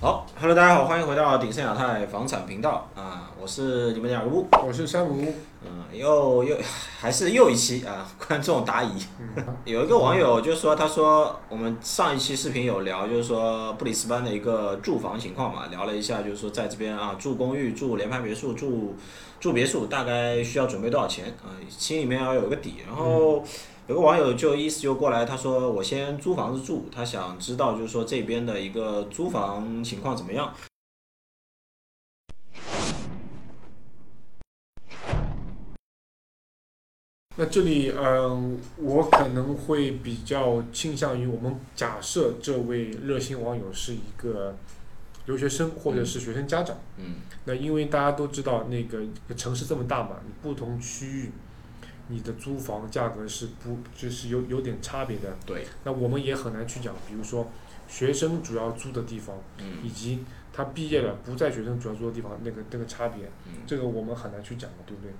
好，Hello，大家好，欢迎回到鼎盛亚太房产频道啊，我是你们的雅茹，我是山姆。嗯，又又还是又一期啊， 观众答疑。有一个网友就说，他说我们上一期视频有聊，就是说布里斯班的一个住房情况嘛，聊了一下，就是说在这边啊住公寓、住联排别墅、住住别墅大概需要准备多少钱啊，心里面要有个底。然后有个网友就意思就过来，他说我先租房子住，他想知道就是说这边的一个租房情况怎么样。那这里，嗯，我可能会比较倾向于我们假设这位热心网友是一个留学生或者是学生家长。嗯。那因为大家都知道，那个城市这么大嘛，你不同区域，你的租房价格是不就是有有点差别的。对，那我们也很难去讲，比如说学生主要租的地方，嗯以及他毕业了不在学生主要住的地方那个那个差别，嗯这个我们很难去讲的，对不对？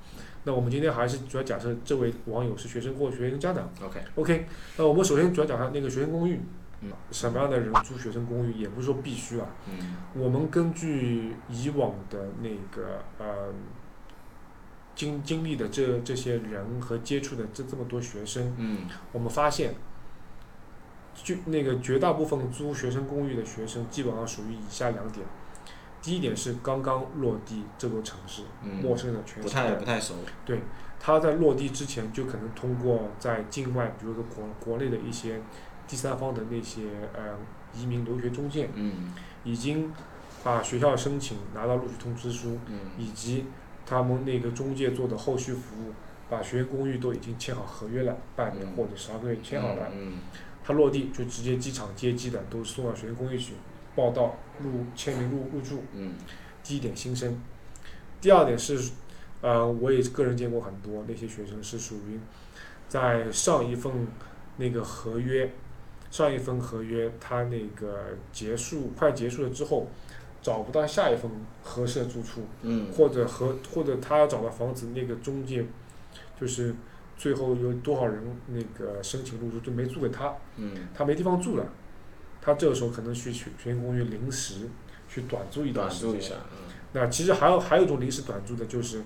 那我们今天还是主要假设这位网友是学生或学生家长。 ，OK， OK，那我们首先主要讲下那个学生公寓嗯，什么样的人租学生公寓，也不是说必须啊。嗯我们根据以往的那个呃经经历的这这些人和接触的这这么多学生，嗯我们发现，就那个绝大部分租学生公寓的学生，基本上属于以下两点。第一点是刚刚落地这座城市，嗯，陌生的全不新的太人不太熟，他在落地之前就可能通过在境外，比如说国国内的一些第三方的那些呃移民留学中介，嗯已经把学校申请拿到录取通知书，嗯以及他们那个中介做的后续服务，把学生公寓都已经签好合约了，半年嗯或者十二个月签好了，嗯他落地就直接机场接机的都送到学生公寓去报到入签名入入住，嗯第一点新生，第二点是，呃，我也个人见过很多那些学生是属于在上一份那个合约，上一份合约他那个结束快结束了之后，找不到下一份合适的住处，嗯或者和或者他找到房子那个中介，就是最后有多少人那个申请入住就没租给他，嗯，他没地方住了，他这个时候可能去学学生公寓临时去短租一段短时述间嗯一。下，那其实还有还有一种临时短租的，就是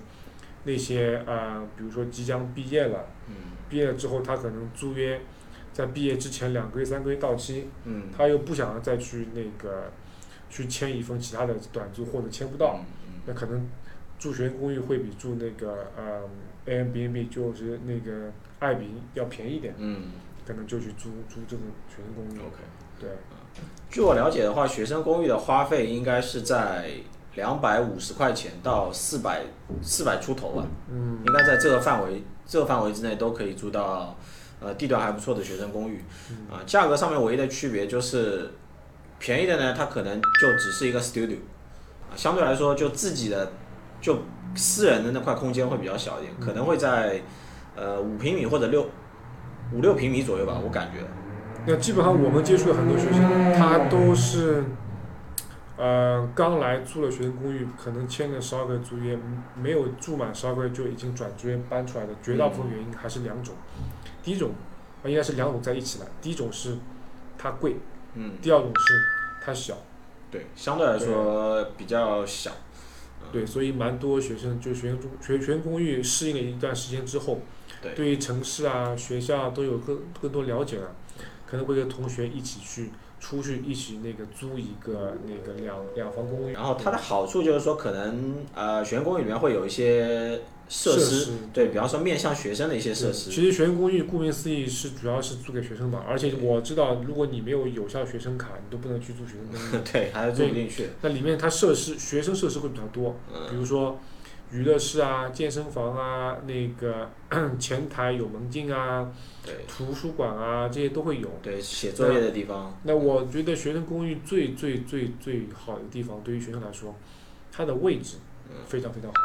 那些呃，比如说即将毕业了，嗯毕业了之后他可能租约在毕业之前两个月、三个月到期，嗯，他又不想要再去那个去签一份其他的短租，或者签不到，嗯那可能住学生公寓会比住那个呃 Airbnb 就是那个爱彼要便宜一点，嗯可能就去租租这种学生公寓。 ，OK。对，据我了解的话，学生公寓的花费应该是在两百五十块钱到四百四百出头吧，嗯，应该在这个范围这个范围之内都可以租到，呃，地段还不错的学生公寓。嗯啊，价格上面唯一的区别就是，便宜的呢，它可能就只是一个 studio，啊，相对来说就自己的就私人的那块空间会比较小一点，可能会在呃五平米或者六五六平米左右吧，我感觉。那基本上我们接触的很多学生，他都是，呃，刚来租了学生公寓，可能签了十二个月租约，没有住满十二个月就已经转租约搬出来的。绝大部分原因还是两种，第一种，呃应该是两种在一起了。第一种是它贵，嗯，第二种是它小。对，相对来说比较小。对，所以蛮多学生就学生中学学生公寓适应了一段时间之后，对对于城市啊、学校啊都有更更多了解了，可能会跟同学一起去出去一起那个租一个那个两两房公寓然后它的好处就是说，可能呃，学生公寓里面会有一些设施，施。对比方说面向学生的一些设对施。其实学生公寓顾名思义是主要是租给学生嘛，而且我知道，如果你没有有效学生卡，你都不能嗯去租学生公寓。 对，还是住不进去。那里面它设施学生设施会比较多，比嗯如说娱乐室啊、健身房啊、那个 前台有门禁啊、对图书馆啊，这些都会有。对，写作啊业的地方。那我觉得学生公寓最最最最好的地方，对于学生来说，它的位置嗯非常非常好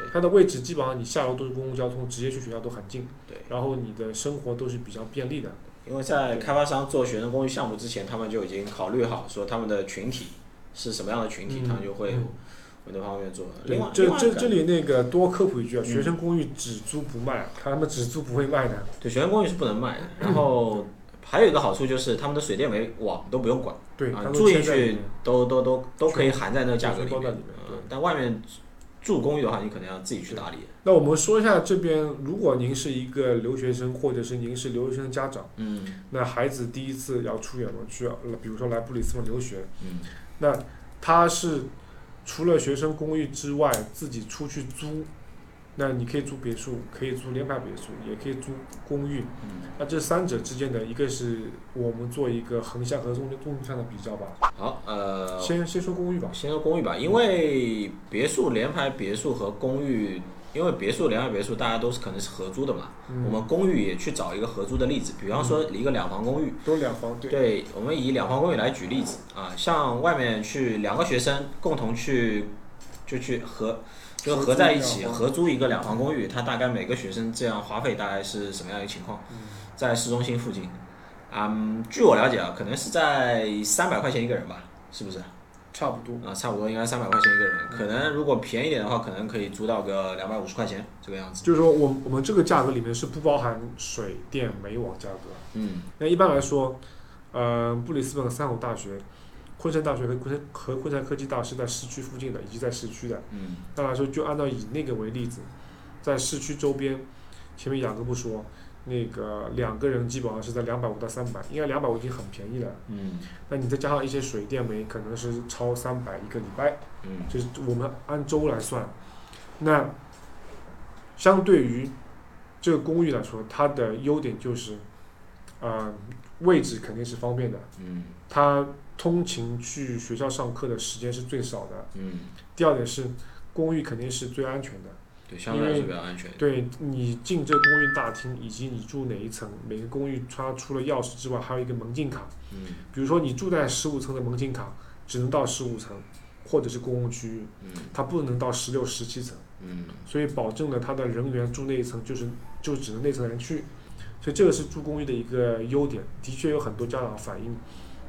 对。它的位置基本上你下楼都是公共交通，直接去学校都很近。对。然后你的生活都是比较便利的。因为在开发商做学生公寓项目之前，他们就已经考虑好说他们的群体是什么样的群体，嗯他们就会嗯往这方面做。对另外，，这另外一这个这里那个多科普一句啊，嗯学生啊公寓只租不卖，他们只租不会卖的。 对学生公寓是不能卖的。然后还有一个好处就是他们的水电煤网都不用管，对，啊它，都住进嵌在里去面都都都都可以含在那个价格里全面。包在里面对嗯但外面住公寓的话，你可能要自己去打理。那我们说一下这边，如果您是一个留学生，或者是您是留学生家长，嗯那孩子第一次要出远门去，啊比如说来布里斯本留学，嗯他是除了学生公寓之外，自己出去租，那你可以租别墅，可以租联排别墅，也可以租公寓。嗯，那这三者之间的一个是我们做一个横向和纵纵向的比较吧。好，呃，先先说公寓吧。先说公寓吧，因为别墅、联排别墅和公寓，因为别墅、联排别墅大家都是可能是合租的嘛。我嗯，们公寓也去找一个合租的例子，比方说一个两房公寓。都两房嗯对。对，我们以两房公寓来举例子啊，像外面去两个学生共同去，就去合，就合合租在一一个起两房合租一个两房公寓，它大概每个学生这样花费大概是什么样一个情况？在市中心附近，嗯，据我了解啊，可能是在三百块钱一个人吧，是不是？差不多。啊，差不多应该三百块钱一个人，可能如果便宜点的话，可能可以租到个两百五十块钱这个样子。就是说我我们这个价格里面是不包含水电煤网价格。嗯那一般来说，呃，布里斯本三所大学，昆山大学和昆山和昆山科技大是在市区附近的，以及在市区的。嗯当然说，就按照以那个为例子，在市区周边，前面雅各布说，那个两个人基本上是在两百五到三百，应该两百五已经很便宜了。嗯那你再加上一些水电煤，可能是超三百一个礼拜。嗯就是我们按周来算，那相对于这个公寓来说，它的优点就是，啊、位置肯定是方便的，嗯它通勤去学校上课的时间是最少的。嗯，第二点是，公寓肯定是最安全的，对，相对来说比较安全。对你进这个公寓大厅以及你住哪一层，每个公寓它除了钥匙之外，还有一个门禁卡。嗯比如说你住在十五层的门禁卡，只能到十五层，或者是公共区域，嗯它不能到十六、十七层。嗯所以保证了他的人员住那一层就是就只能那层人去，所以这个是住公寓的一个优点。的确有很多家长反映，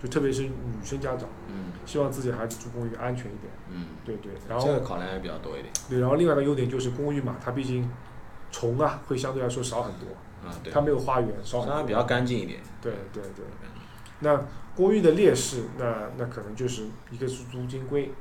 就特别是女生家长，嗯希望自己孩子住公寓安全一点。嗯，对对，然这个后考量也比较多一点。对，然后另外一个优点就是公寓嘛，它毕竟虫啊会相对来说少很多，啊，对，它没有花园，少相很对比多。较干净一点。对对对。那公寓的劣势，那那可能就是一个是租金贵，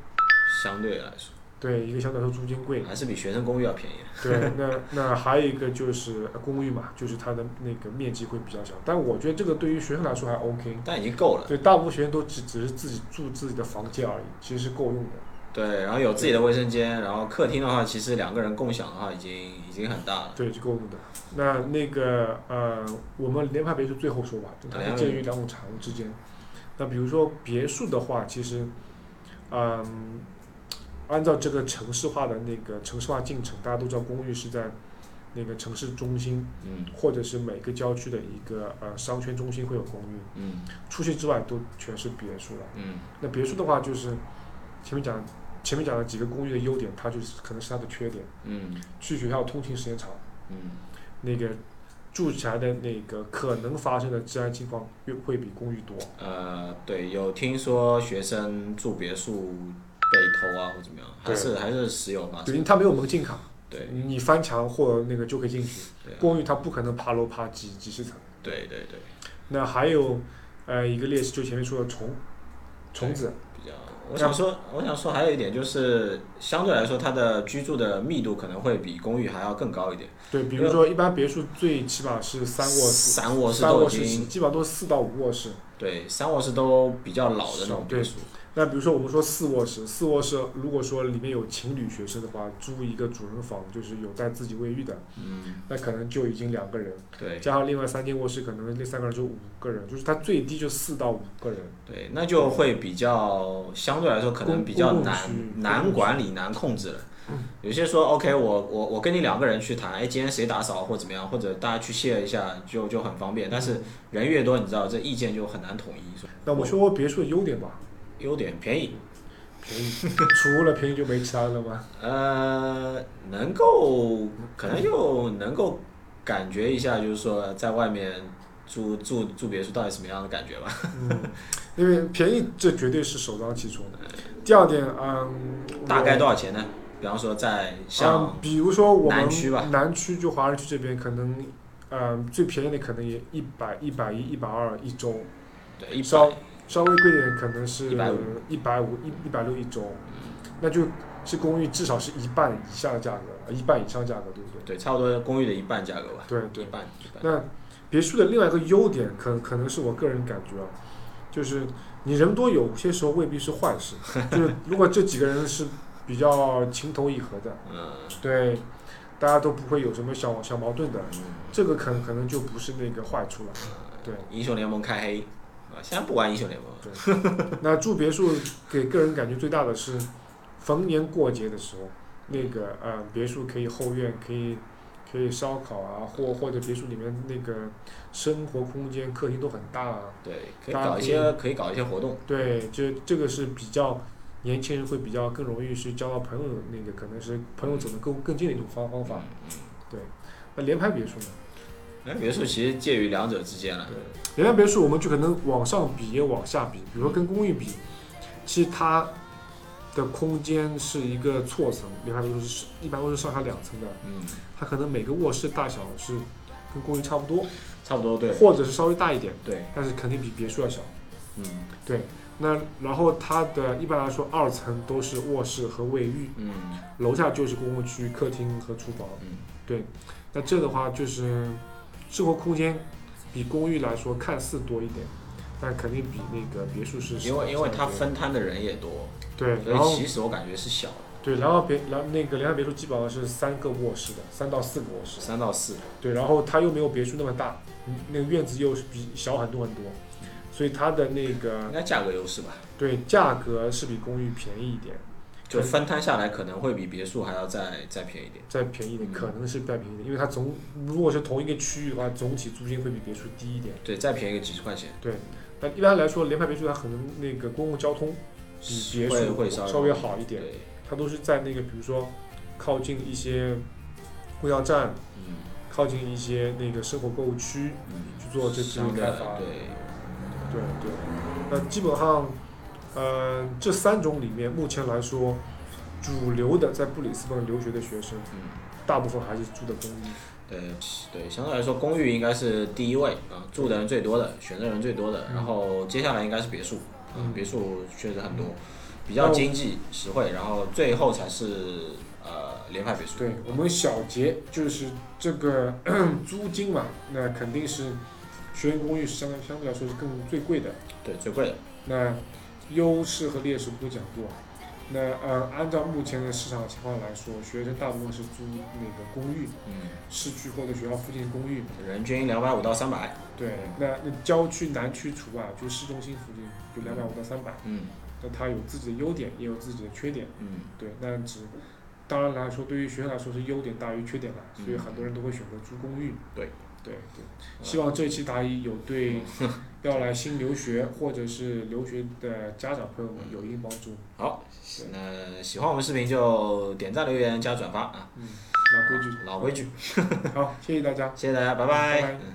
相对来说，对，一个相对来说租金贵，还是比学生公寓要便宜。对，那那还有一个就是呃公寓嘛，就是它的那个面积会比较小，但我觉得这个对于学生来说还 OK。但已经够了。对，大部分学生都只只是自己住自己的房间而已，其实是够用的。对，然后有自己的卫生间，然后客厅的话，其实两个人共享的话，已经已经很大了。对，是够用的。那那个呃，我们联排别墅最后说吧，就它联是排介别于两种产物之间。那比如说别墅的话，其实，嗯，按照这个城市化的那个城市化进程，大家都知道公寓是在那个城市中心嗯或者是每个郊区的一个呃商圈中心会有公寓，嗯出去之外都全是别墅了。嗯那别墅的话，就是前面讲前面讲的几个公寓的优点，它就是可能是它的缺点。嗯去学校通勤时间长，嗯那个住起来的那个可能发生的治安情况越会比公寓多。呃，对，有听说学生住别墅被偷啊，或怎么样，还是还是时有发对，生因为。它没有门禁卡，对你翻墙或那个就可以进去。对啊公寓它不可能爬楼爬几几十层。对对对，那还有呃一个劣势，就前面说的虫，虫子。比较。我想说，我想说还有一点就是，相对来说，它的居住的密度可能会比公寓还要更高一点。对，比如说一般别墅最起码是三卧室，三卧室三都卧已室经基本上都是四到五卧室。对，三卧室都比较老的那种别墅。那比如说我们说四卧室，四卧室如果说里面有情侣学生的话，租一个主人房就是有带自己卫浴的，嗯，那可能就已经两个人，对加上另外三间卧室，可能那三个人就五个人，就是它最低就四到五个人。对，那就会比较相对来说可能比较公难公共区嗯难管理、难控制了。有些说 OK，我我我跟你两个人去谈，哎，今天谁打扫或怎么样，或者大家去 share 一下，就就很方便。但是人越多，你知道这意见就很难统一。所以那我们说说别墅的优点吧，优点便宜，便宜，除了便宜就没其他的了吗？呃，能够可能就能够感觉一下，就是说在外面住住住别墅到底什么样的感觉吧。嗯，因为便宜这绝对是首当其冲的。第二点，嗯，大我概多少钱呢？比方说在像嗯，比如说我们南区吧南区就华人区这边，可能嗯，最便宜的可能也一百、一百一、一百二一周，对，一稍百稍微贵一点可能是150一百五、一一百六一周，那就是公寓至少是一半以下的价格，呃一半以上价格，对不对？对，差不多公寓的一半价格吧，对一对。半一半。那别墅的另外一个优点，可可能是我个人感觉啊，就是你人多有些时候未必是坏事，就是如果这几个人是比较情投意合的，嗯对，大家都不会有什么小小矛盾的，这个可能可能就不是那个坏处了。对，英雄联盟开黑啊，现在不玩英雄联盟了，那住别墅给个人感觉最大的是，逢年过节的时候，那个呃别墅可以后院可以可以烧烤啊，或或者别墅里面那个生活空间客厅都很大啊。对，可以大家搞一些可以搞一些活动，对，这这个是比较年轻人会比较更容易去交到朋友的那个，可能是朋友走得更更近的一种方方法。对，那联排别墅呢？哎，别墅其实介于两者之间啊了，联排别墅我们就可能往上比也往下比，比如说跟公寓比，其实它的空间是一个错层，联排别墅是一般都是上下两层的，嗯，它可能每个卧室大小是跟公寓差不多，差不多对，或者是稍微大一点，对，但是肯定比别墅要小。嗯那然后它的一般来说二层都是卧室和卫浴，嗯楼下就是公共区、客厅和厨房。嗯，那这的话就是生活空间比公寓来说看似多一点，但肯定比那个别墅是少因为因为它少得多分摊的人也多，对，所然以后其实我感觉是小的，对，然后别然后那个联合别墅基本上是三个卧室的，三到四个卧室。三到四，对，然后它又没有别墅那么大，嗯那个院子又是比小很多很多，所以它的那应个该价格优势吧，对价格是比公寓便宜一点，就分摊下来可能会比别墅还要再再便宜一点，再便宜一点，嗯可能是再便宜一点，因为它总如果是同一个区域的话，总体租金会比别墅低一点。对，再便宜个几十块钱，但一般来说，联排别墅它可能那个公共交通比别会墅会稍微微好一点，对，它都是在那个比如说靠近一些公交站，嗯靠近一些那个生活购物区嗯，去做这这相种对开发。对，对对，那基本上，呃，这三种里面，目前来说，主流的在布里斯本留学的学生，嗯。大部分还是住的公寓。对对，相对来说，公寓应该是第一位啊，住的人最多的，选择人最多的，嗯然后接下来应该是别墅，啊嗯，别墅确实很多，比较经济实惠，然后最后才是呃联排别墅。对我们小结就是这个 租金嘛，那肯定是学员公寓是相相对来说是更最贵的。对最贵的，那优势和劣势我们都讲过。那呃，按照目前的市场情况来说，学生大部分是租那个公寓，嗯，市区或者学校附近的公寓。人均两百五到三百，对，那那郊区南区除外，就市中心附近，就两百五到三百。嗯那它有自己的优点，也有自己的缺点。嗯，对，那只当然来说，对于学生来说是优点大于缺点了，嗯所以很多人都会选择租公寓。对对对，希呃望这一期答疑有 对要来新留学或者是留学的家长朋友们有一定帮助。好，那喜欢我们视频就点赞、留言、加转发啊，嗯，老规矩，老规矩，好，谢谢大家。谢谢大家，拜拜拜嗯。